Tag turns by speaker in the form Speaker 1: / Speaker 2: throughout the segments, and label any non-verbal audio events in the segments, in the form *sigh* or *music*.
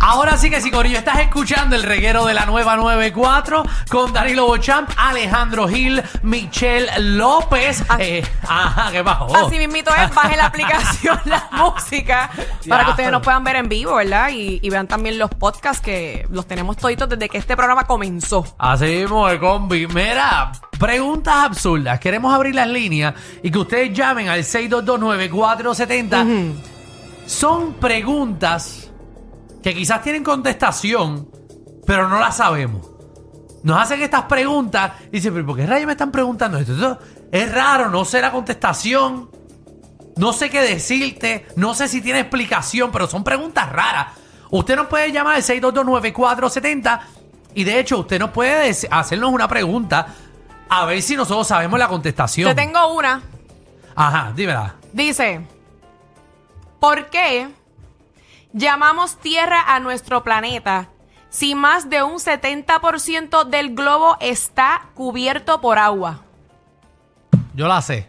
Speaker 1: Ahora sí que sí, Corillo, estás escuchando el reguero de la nueva 94 con Danilo Bochamp, Alejandro Gil, Michelle López. Eh, ajá, ¿qué
Speaker 2: Oh.
Speaker 1: pasó?
Speaker 3: Así mismito es, bajen la aplicación
Speaker 2: *laughs*
Speaker 3: La Música para que ustedes nos puedan ver en vivo, ¿verdad? Y, y vean también los podcasts que los tenemos toditos desde que este programa comenzó.
Speaker 1: Así mismo, de combi. Mira, preguntas absurdas. Queremos abrir las líneas y que ustedes llamen al 6229470. Son preguntas que quizás tienen contestación, pero no las sabemos. Nos hacen estas preguntas y dicen, pero ¿por qué rayos me están preguntando esto? Esto es raro, no sé la contestación. No sé qué decirte, no sé si tiene explicación, pero son preguntas raras. Usted nos puede llamar al 6229470 y de hecho usted nos puede dec- hacernos una pregunta a ver si nosotros sabemos la contestación.
Speaker 3: Te tengo una.
Speaker 1: Ajá, dímela.
Speaker 3: Dice, ¿por qué llamamos Tierra a nuestro planeta si más de un 70% del globo está cubierto por agua?
Speaker 1: Yo la sé.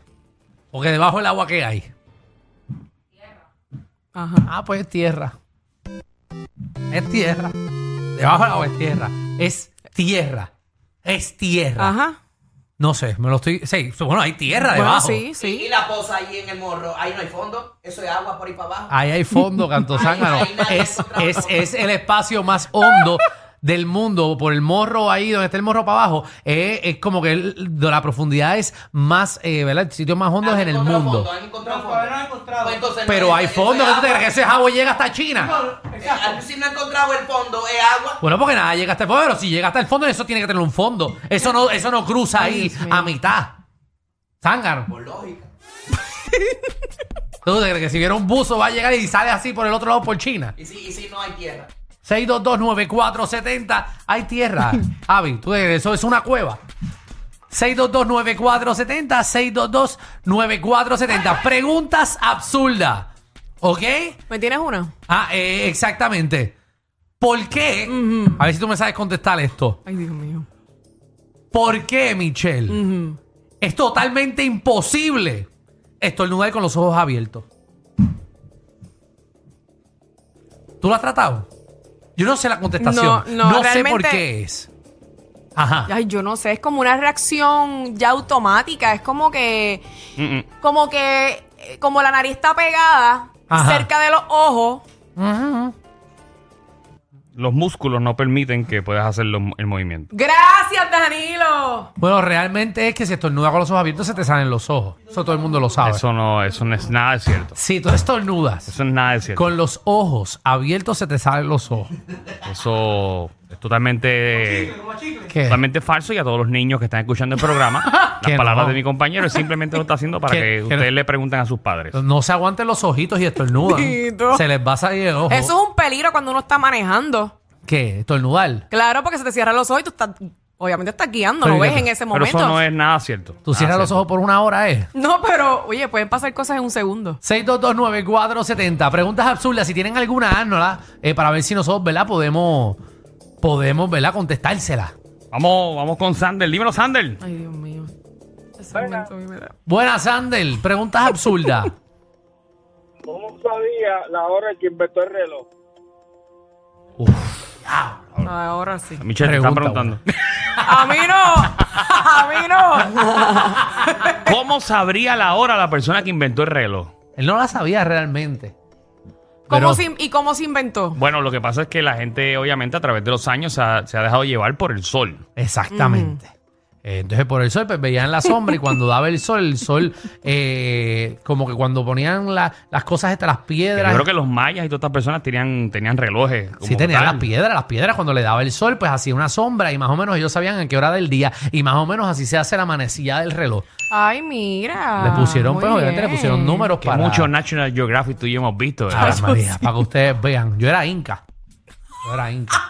Speaker 1: Porque debajo del agua que hay.
Speaker 3: Ajá.
Speaker 1: Ah, pues es tierra. Es tierra. Debajo del agua es tierra. Es tierra. Es tierra.
Speaker 3: Ajá.
Speaker 1: No sé, me lo estoy. Sí, bueno, hay tierra
Speaker 3: Bueno,
Speaker 1: debajo.
Speaker 3: sí, sí.
Speaker 2: Y la posa ahí en el morro, ahí no hay fondo, eso es agua por ahí para abajo.
Speaker 1: Ahí hay fondo,
Speaker 3: *laughs*
Speaker 1: canto zángano.
Speaker 2: Ahí nadie
Speaker 1: Es,
Speaker 2: encontraba
Speaker 1: es,
Speaker 2: fondo.
Speaker 1: es el espacio más hondo del mundo. Por el morro ahí, donde está el morro para abajo. eh, es como que el- de la profundidad es más, eh, ¿verdad? El sitio más
Speaker 3: Ah,
Speaker 1: hondo es
Speaker 2: ¿Han
Speaker 1: en el
Speaker 2: encontrado
Speaker 1: mundo.
Speaker 2: fondo? ¿Han encontrado
Speaker 4: No,
Speaker 2: fondo?
Speaker 4: todavía no he encontrado.
Speaker 2: Pues entonces no
Speaker 1: Pero
Speaker 2: es-
Speaker 1: hay
Speaker 2: eso
Speaker 1: fondo.
Speaker 2: es
Speaker 1: ¿Qué tú te
Speaker 2: agua.
Speaker 1: crees que ese agua llega hasta China?
Speaker 4: No,
Speaker 2: Eh, ah,
Speaker 4: exacto.
Speaker 2: Si no he encontrado el fondo, es agua.
Speaker 1: Bueno, porque nada llega hasta el fondo, pero si llega hasta el fondo, eso tiene que tener un fondo. Eso no, eso no cruza ahí a mitad. Zángano.
Speaker 2: Por lógica.
Speaker 1: ¿Tú te crees que si viera un buzo va a llegar y sale así por el otro lado por China?
Speaker 2: Y si, y si no hay tierra.
Speaker 1: 6229470. Hay tierra. Avi, tú de eso es una cueva. 6229470, 6229470. Preguntas absurdas. ¿Ok?
Speaker 3: ¿Me tienes una?
Speaker 1: Ah, eh, exactamente. ¿Por qué? A ver si tú me sabes contestar esto.
Speaker 3: Ay, Dios mío.
Speaker 1: ¿Por qué, Michelle? Es totalmente imposible estornudar con los ojos abiertos. ¿Tú lo has tratado? Yo no sé la contestación.
Speaker 3: No, no,
Speaker 1: sé por
Speaker 3: realmente-
Speaker 1: qué es. Ajá.
Speaker 3: Ay, yo no sé, es como una reacción ya automática, es como que, como que, eh, como la nariz está pegada
Speaker 1: Ajá.
Speaker 3: cerca de los ojos.
Speaker 5: los músculos no permiten que puedas hacer los- el movimiento.
Speaker 3: Gracias, Danilo.
Speaker 1: Bueno, realmente es que si estornudas con los ojos abiertos se te salen los ojos. Eso todo el mundo lo sabe.
Speaker 5: Eso no, eso no es nada de cierto.
Speaker 1: Si tú estornudas
Speaker 5: Eso es nada de cierto.
Speaker 1: con los ojos abiertos se te salen los ojos.
Speaker 5: Eso es totalmente,
Speaker 1: Eh.
Speaker 4: Como chicle.
Speaker 1: ¿Qué?
Speaker 5: totalmente falso y a todos los niños que están escuchando
Speaker 1: *laughs*
Speaker 5: el programa,
Speaker 1: Que
Speaker 5: las palabras
Speaker 1: no.
Speaker 5: de mi compañero él simplemente lo está haciendo para
Speaker 1: Que-
Speaker 5: que,
Speaker 1: que no.
Speaker 5: ustedes le pregunten a sus padres.
Speaker 1: No se aguanten los ojitos y
Speaker 3: *laughs*
Speaker 1: estornudan.
Speaker 3: Dito.
Speaker 1: se les va a salir el ojo.
Speaker 3: Eso es un peligro cuando uno está manejando.
Speaker 1: ¿Qué? ¿Estornudar?
Speaker 3: Claro, porque se te cierran los ojos y tú estás, obviamente estás guiando,
Speaker 1: Pero
Speaker 3: no
Speaker 1: yo
Speaker 3: ves
Speaker 1: te-
Speaker 3: en ese
Speaker 5: Pero
Speaker 3: momento.
Speaker 5: eso no es nada cierto.
Speaker 1: ¿Tú
Speaker 5: Nada
Speaker 1: cierras los
Speaker 5: Ah, cierto.
Speaker 1: ojos por una hora, eh?
Speaker 3: No, pero, oye, pueden pasar cosas en un segundo.
Speaker 1: 6229470. Preguntas absurdas. Si tienen alguna, háznosla eh, para ver si nosotros, ¿verdad? Podemos, podemos ¿verdad? Contestársela.
Speaker 5: Vamos, vamos con Sander. Dímelo, Sander.
Speaker 3: Ay, Dios mío. Ese momento a mí me da-
Speaker 1: Buenas, Sandel. Preguntas absurdas.
Speaker 6: ¿Cómo sabía la hora en que inventó el reloj?
Speaker 1: Uf.
Speaker 3: Ahora sí.
Speaker 5: Michelle, te están
Speaker 1: Pregunta,
Speaker 5: preguntando.
Speaker 3: A mí no. *laughs* A mí no.
Speaker 5: ¿Cómo sabría la hora la persona que inventó el reloj?
Speaker 1: Él no la sabía realmente.
Speaker 3: ¿Cómo
Speaker 1: Pero-
Speaker 3: se- ¿Y cómo se inventó?
Speaker 5: Bueno, lo que pasa es que la gente, obviamente, a través de los años se ha, se ha dejado llevar por el sol.
Speaker 1: Exactamente. Eh, Entonces por el sol pues, veían la sombra y cuando daba el sol, el sol eh, como que cuando ponían la- las cosas estas, las
Speaker 5: Yo
Speaker 1: piedras,
Speaker 5: creo que los mayas y todas estas personas tenían, tenían relojes. como
Speaker 1: Sí, tenían las
Speaker 5: tal.
Speaker 1: piedras, las piedras cuando le daba el sol, pues hacía una sombra y más o menos ellos sabían en qué hora del día y más o menos así se hace la manecilla del reloj.
Speaker 3: Ay, mira.
Speaker 1: le pusieron,
Speaker 3: Ah, Muy
Speaker 1: pues obviamente le
Speaker 3: bien.
Speaker 1: pusieron números
Speaker 5: Que
Speaker 1: para... Ah,
Speaker 5: mucho National Geographic tú y yo hemos visto. ¿verdad?
Speaker 1: Ave
Speaker 5: *laughs*
Speaker 1: María, para que ustedes vean. Yo era inca. Yo era inca.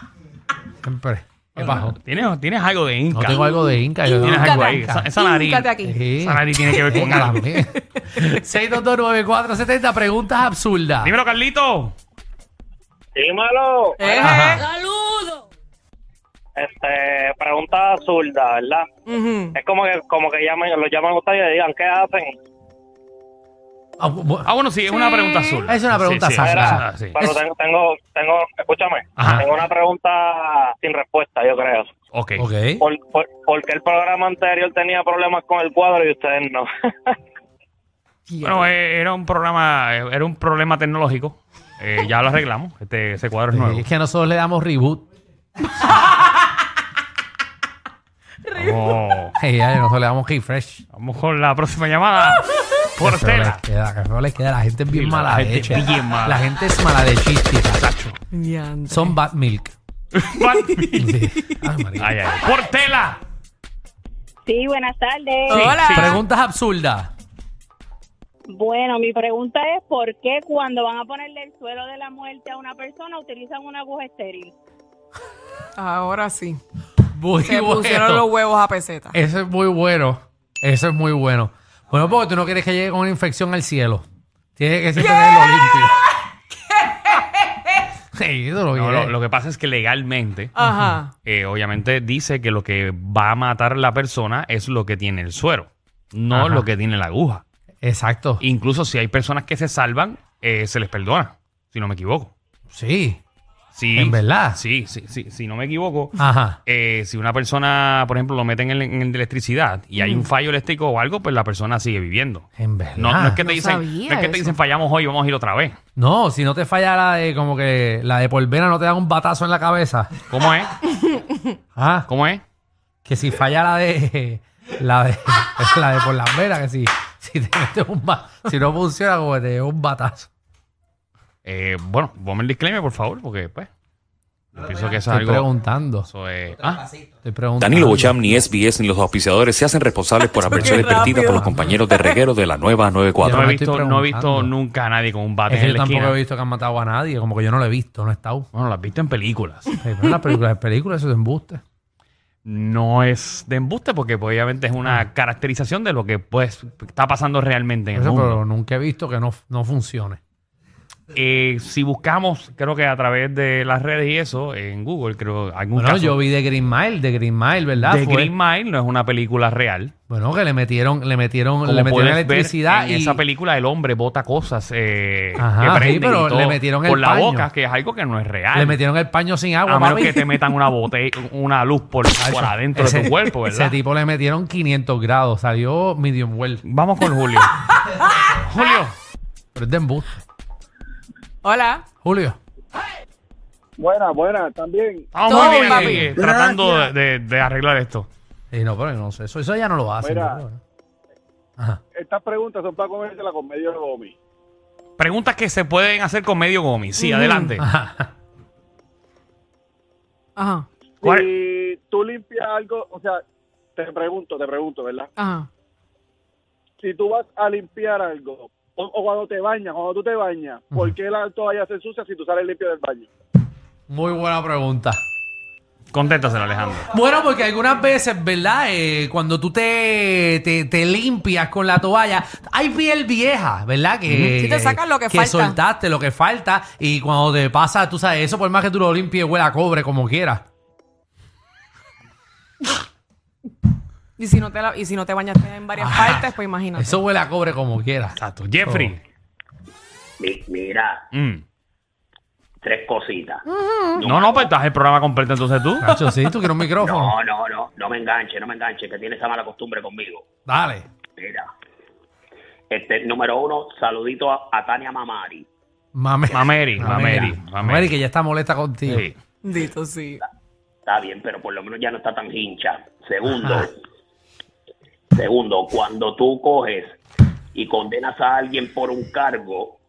Speaker 1: Siempre. ¿Qué pasó?
Speaker 5: ¿Tienes, tienes algo de Inca.
Speaker 1: No Eh, tengo algo de inca. Yo
Speaker 5: Tienes
Speaker 1: tengo
Speaker 5: algo
Speaker 1: de
Speaker 5: ahí.
Speaker 1: inca.
Speaker 5: Esa, esa nariz.
Speaker 3: Híncate aquí.
Speaker 1: Sí.
Speaker 5: Esa nariz tiene que ver con
Speaker 1: *laughs* Venga, la
Speaker 3: *laughs*
Speaker 5: algo.
Speaker 1: mía. 6229470, preguntas absurdas.
Speaker 5: Dímelo, Carlito.
Speaker 6: Dímelo.
Speaker 5: ¿Eh?
Speaker 3: Ejé.
Speaker 1: Ajá.
Speaker 6: Este, pregunta zurda, ¿verdad?
Speaker 3: Ujú.
Speaker 6: Es como que, como que llaman, lo llaman a ustedes y digan, ¿qué hacen?
Speaker 1: Ah, bu-
Speaker 5: Ah, bueno, sí, es una
Speaker 3: Sí.
Speaker 5: pregunta azul.
Speaker 1: Es una pregunta
Speaker 5: Sí, sí,
Speaker 1: azul.
Speaker 5: es
Speaker 1: Ah,
Speaker 5: una- sí.
Speaker 6: Pero
Speaker 1: Es-
Speaker 6: tengo, tengo, tengo, escúchame,
Speaker 5: Ajá.
Speaker 6: tengo una pregunta sin respuesta, yo creo.
Speaker 5: Ok.
Speaker 1: ok.
Speaker 6: ¿Por, por, por qué el programa anterior tenía problemas con el cuadro y ustedes no?
Speaker 5: Bueno, eh, era un programa, eh, era un problema tecnológico. Eh, ya lo arreglamos. Este, ese cuadro es nuevo.
Speaker 1: Es que nosotros le damos reboot. *laughs*
Speaker 5: Vamos,
Speaker 1: Hey, ya, nosotros le damos refresh.
Speaker 5: vamos con la próxima llamada.
Speaker 1: Qué feo les
Speaker 5: Portela.
Speaker 1: queda, qué feo les queda. La gente es bien
Speaker 5: Sí, la
Speaker 1: mala
Speaker 5: gente
Speaker 1: leche.
Speaker 5: es bien mala.
Speaker 1: La gente es mala de Son bad
Speaker 5: *laughs*
Speaker 1: milk. Sí. Ay, María.
Speaker 5: Ay, ay. Portela.
Speaker 4: Sí, buenas tardes.
Speaker 5: Sí,
Speaker 3: Hola.
Speaker 5: sí.
Speaker 1: Preguntas absurdas.
Speaker 4: Bueno, mi pregunta es ¿por qué cuando van a ponerle el suelo de la muerte a una persona utilizan una aguja estéril?
Speaker 3: Ahora sí.
Speaker 1: Muy
Speaker 3: Se pusieron
Speaker 1: bueno. Eh,
Speaker 3: los huevos a peseta.
Speaker 1: Eso es muy bueno. Eso es muy bueno. Bueno, porque tú no quieres que llegue con una infección al cielo. Tienes que siempre tenerlo limpio. Sí, eso lo
Speaker 5: No,
Speaker 1: quieres.
Speaker 5: lo, lo que pasa es que legalmente,
Speaker 3: Ajá.
Speaker 5: eh, obviamente, dice que lo que va a matar a la persona es lo que tiene el suero, no
Speaker 1: Ajá.
Speaker 5: lo que tiene la aguja.
Speaker 1: Exacto.
Speaker 5: Incluso si hay personas que se salvan, eh, se les perdona, si no me equivoco.
Speaker 1: Sí.
Speaker 5: Sí,
Speaker 1: ¿En verdad?
Speaker 5: Sí, sí, sí, si no me equivoco.
Speaker 1: Ajá.
Speaker 5: eh, si una persona, por ejemplo, lo meten en, en electricidad y hay un fallo eléctrico o algo, pues la persona sigue viviendo.
Speaker 1: En verdad.
Speaker 5: No, no es que te
Speaker 3: No
Speaker 5: dicen,
Speaker 3: sabía
Speaker 5: no es que te
Speaker 3: eso.
Speaker 5: dicen fallamos hoy, vamos a ir otra vez.
Speaker 1: No, si no te falla la de como que la de por vena no te dan un batazo en la cabeza.
Speaker 5: ¿Cómo es?
Speaker 1: Ah,
Speaker 5: ¿Cómo es?
Speaker 1: que si falla la de la de *laughs* la de por las venas, que si, si te metes un ba- si no funciona como que te lleva un batazo.
Speaker 5: Eh, bueno, ponme el disclaimer, por favor, porque pues. Yo pienso que eso es
Speaker 1: Estoy
Speaker 5: algo.
Speaker 1: preguntando.
Speaker 5: Eso es. Ah,
Speaker 1: Estoy preguntando.
Speaker 7: Danilo Bocham, ni SBS, ni los auspiciadores se hacen responsables
Speaker 2: *laughs*
Speaker 7: por adversiones vertidas por los compañeros de reguero de la nueva 94.
Speaker 5: no, he
Speaker 1: me
Speaker 5: visto,
Speaker 1: estoy
Speaker 5: no he visto
Speaker 1: preguntando.
Speaker 5: nunca a nadie con un bate
Speaker 1: Es que
Speaker 5: en
Speaker 1: yo
Speaker 5: la
Speaker 1: tampoco
Speaker 5: esquina.
Speaker 1: he visto que han matado a nadie, como que yo no lo he visto, no he estado.
Speaker 5: Bueno, las he visto en películas.
Speaker 1: Sí, pero en las películas, en películas eso es embuste.
Speaker 5: No es de embuste porque pues, obviamente es
Speaker 1: Ah.
Speaker 5: una caracterización de lo que pues está pasando realmente *laughs* en el
Speaker 1: Eso,
Speaker 5: mundo.
Speaker 1: pero nunca he visto que no, no funcione.
Speaker 5: Eh, si buscamos, creo que a través de las redes y eso, en Google, creo algún
Speaker 1: Bueno,
Speaker 5: caso
Speaker 1: yo vi de Green Mile, de Green Mile, ¿verdad?
Speaker 5: de
Speaker 1: Fue-
Speaker 5: Green Mile no es una película real.
Speaker 1: Bueno, que le metieron, le metieron,
Speaker 5: Como
Speaker 1: le metieron
Speaker 5: puedes ver
Speaker 1: electricidad
Speaker 5: en
Speaker 1: y
Speaker 5: esa película el hombre bota cosas eh,
Speaker 1: Ajá,
Speaker 5: que
Speaker 1: sí,
Speaker 5: prenden y
Speaker 1: pero
Speaker 5: todo
Speaker 1: le metieron
Speaker 5: por
Speaker 1: el
Speaker 5: la
Speaker 1: paño.
Speaker 5: boca, que es algo que no es real.
Speaker 1: le metieron el paño sin agua.
Speaker 5: a menos
Speaker 1: papi. *laughs*
Speaker 5: que te metan una botella, una luz por, por adentro de
Speaker 1: Ese-
Speaker 5: tu cuerpo, ¿verdad?
Speaker 1: Ese tipo le metieron 500 grados, salió medium well,
Speaker 5: Vamos con
Speaker 1: *laughs*
Speaker 5: Julio. Julio.
Speaker 1: pero es de embuste.
Speaker 3: Hola.
Speaker 1: Julio.
Speaker 6: Buena, buena, también.
Speaker 5: Vamos
Speaker 3: Todo,
Speaker 5: bien,
Speaker 3: papi.
Speaker 5: eh, tratando de, de- de arreglar esto.
Speaker 1: Y no, pero no sé, eso, eso ya no lo hacen.
Speaker 6: Mira.
Speaker 1: yo creo, ¿no? Ajá.
Speaker 6: Estas preguntas son para comerse la comedia de Gomi.
Speaker 5: Preguntas que se pueden hacer con medio gomi. Sí, adelante.
Speaker 1: Ajá.
Speaker 3: Ajá.
Speaker 5: ¿Cuál-
Speaker 6: Si tú limpias algo, o sea, te pregunto, te pregunto, ¿verdad?
Speaker 3: Ajá.
Speaker 6: Si tú vas a limpiar algo, o, o cuando te bañas, cuando tú te bañas, ¿por qué la toalla se sucia si tú sales limpio del baño?
Speaker 1: Muy buena pregunta.
Speaker 5: Contéstasela, Alejandro.
Speaker 1: Bueno, porque algunas veces, ¿verdad? Eh, cuando tú te, te, te limpias con la toalla, hay piel vieja, ¿verdad? Que,
Speaker 3: Sí, te sacas lo que falta.
Speaker 1: soltaste, lo que falta. Y cuando te pasa, tú sabes, eso por más que tú lo limpies, huele a cobre como quieras.
Speaker 3: Y si no te, la- y si no te bañaste en varias
Speaker 1: Ajá.
Speaker 3: partes, pues
Speaker 1: Ah.
Speaker 3: imagínate.
Speaker 1: Eso huele a cobre como quieras.
Speaker 5: Exacto. Jeffrey.
Speaker 8: Mi- Mira,
Speaker 1: Oh.
Speaker 5: Mm.
Speaker 8: tres cositas.
Speaker 5: No, no, pues estás el programa completo entonces tú.
Speaker 1: Cacho, Oh. sí, tú quieres un micrófono.
Speaker 8: No, no, no, no me enganche, no me enganche, que tiene esa mala costumbre conmigo.
Speaker 1: Dale.
Speaker 8: Mira, este, número uno, saludito a, a Tania Mamari.
Speaker 1: Mame.
Speaker 5: Mameri, Mameri,
Speaker 1: Mameri.
Speaker 5: Mameri.
Speaker 1: que ya está molesta contigo.
Speaker 5: Sí.
Speaker 3: Dito, sí.
Speaker 8: Está bien, pero por lo menos ya no está tan hincha. Segundo, segundo, cuando tú coges y condenas a alguien por un cargo,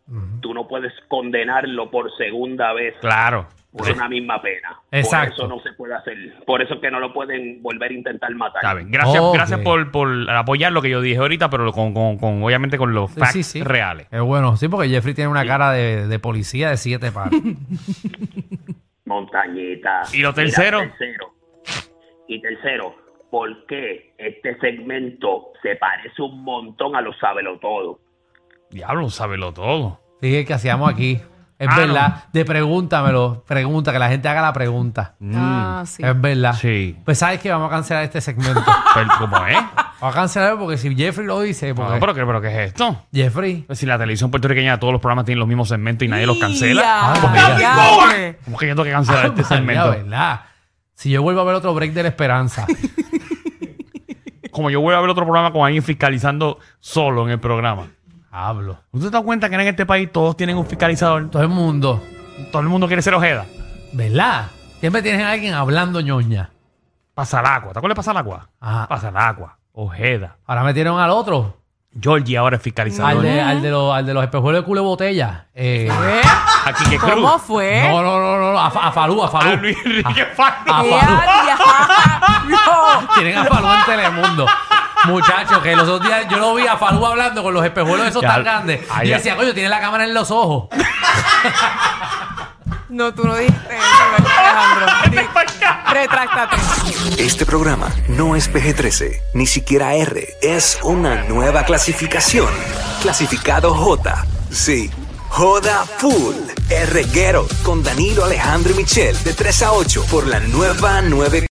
Speaker 8: tú no puedes condenarlo por segunda vez
Speaker 5: Claro.
Speaker 8: por una misma pena.
Speaker 1: Exacto.
Speaker 8: Por eso no se puede hacer. Por eso es que no lo pueden volver a intentar matar.
Speaker 5: Está bien. Gracias,
Speaker 1: Ok.
Speaker 5: gracias por, por apoyar lo que yo dije ahorita, pero con, con- con- obviamente con los
Speaker 1: Sí,
Speaker 5: facts
Speaker 1: sí, sí.
Speaker 5: reales.
Speaker 1: Es bueno, sí, porque Jeffrey tiene una cara de, de policía de siete pares.
Speaker 8: Montañita.
Speaker 5: ¿Y lo
Speaker 8: Mira,
Speaker 5: tercero?
Speaker 8: tercero. Y tercero, ¿por qué este segmento se parece un montón a los sabelotodos?
Speaker 5: Diablo, sábelo todo.
Speaker 1: Sí, el que hacíamos aquí. Es
Speaker 5: Ah,
Speaker 1: verdad. De pregúntamelo. Pregunta, que la gente haga la pregunta.
Speaker 5: Mm.
Speaker 3: Ah, sí.
Speaker 1: Es verdad.
Speaker 5: Sí. *laughs*
Speaker 1: Pues sabes que vamos a cancelar este segmento. *laughs*
Speaker 5: Pero, ¿Cómo es?
Speaker 1: Va a cancelarlo porque si Jeffrey lo dice,
Speaker 5: No,
Speaker 1: porque
Speaker 5: pero, ¿qué, pero ¿qué es esto?
Speaker 1: Jeffrey.
Speaker 5: Si la televisión puertorriqueña, todos los programas tienen los mismos segmentos y nadie los cancela.
Speaker 1: Ah,
Speaker 3: Ya,
Speaker 1: pues mira.
Speaker 3: ya.
Speaker 5: ¿Cómo que yo tengo que
Speaker 1: *laughs*
Speaker 3: *laughs*
Speaker 5: cancelar este
Speaker 1: María,
Speaker 5: segmento?
Speaker 1: ¿verdad? Si yo vuelvo a ver otro break de la
Speaker 5: *laughs*
Speaker 1: esperanza.
Speaker 5: Como yo voy a ver otro programa con alguien fiscalizando solo en el programa.
Speaker 1: Hablo.
Speaker 5: ¿Usted se da cuenta que en este país todos tienen un fiscalizador?
Speaker 1: Todo el mundo.
Speaker 5: Todo el mundo quiere ser Ojeda.
Speaker 1: ¿Verdad? Siempre tienes a alguien hablando ñoña.
Speaker 5: Pasa el agua. ¿Te acuerdas de Pasa el agua?
Speaker 3: Ah.
Speaker 1: Ajá.
Speaker 5: Pasa el agua. Ojeda.
Speaker 1: Ahora metieron al otro.
Speaker 5: Georgie ahora es
Speaker 1: Al
Speaker 5: fiscalizador.
Speaker 1: de, al de los, al de los espejuelos de culo de botella. Eh,
Speaker 3: ¿Eh?
Speaker 5: Aquí que cruz.
Speaker 3: ¿Cómo fue?
Speaker 1: No, no, no, no, no, A, Fa- a Falú, a Falú.
Speaker 5: A Luis Enrique *laughs*
Speaker 1: Ah,
Speaker 5: Falú.
Speaker 1: Falú. *laughs*
Speaker 3: Ya, diablo.
Speaker 1: Tienen a Falú en Telemundo. Muchachos, que los otros días yo lo vi a Falú hablando con los espejuelos esos
Speaker 5: Ya,
Speaker 1: tan grandes.
Speaker 5: ay,
Speaker 1: y
Speaker 5: ya.
Speaker 1: decía, coño, tiene la cámara en los ojos.
Speaker 3: No, tú no dijiste eso, ¿verdad, Alejandro. Di- Retráctate.
Speaker 8: Este programa no es PG-13, ni siquiera R. Es una nueva clasificación. Clasificado J. Sí. Joda Full. R. Guerrero con Danilo Alejandro y Michel de 3 a 8 por la nueva 9.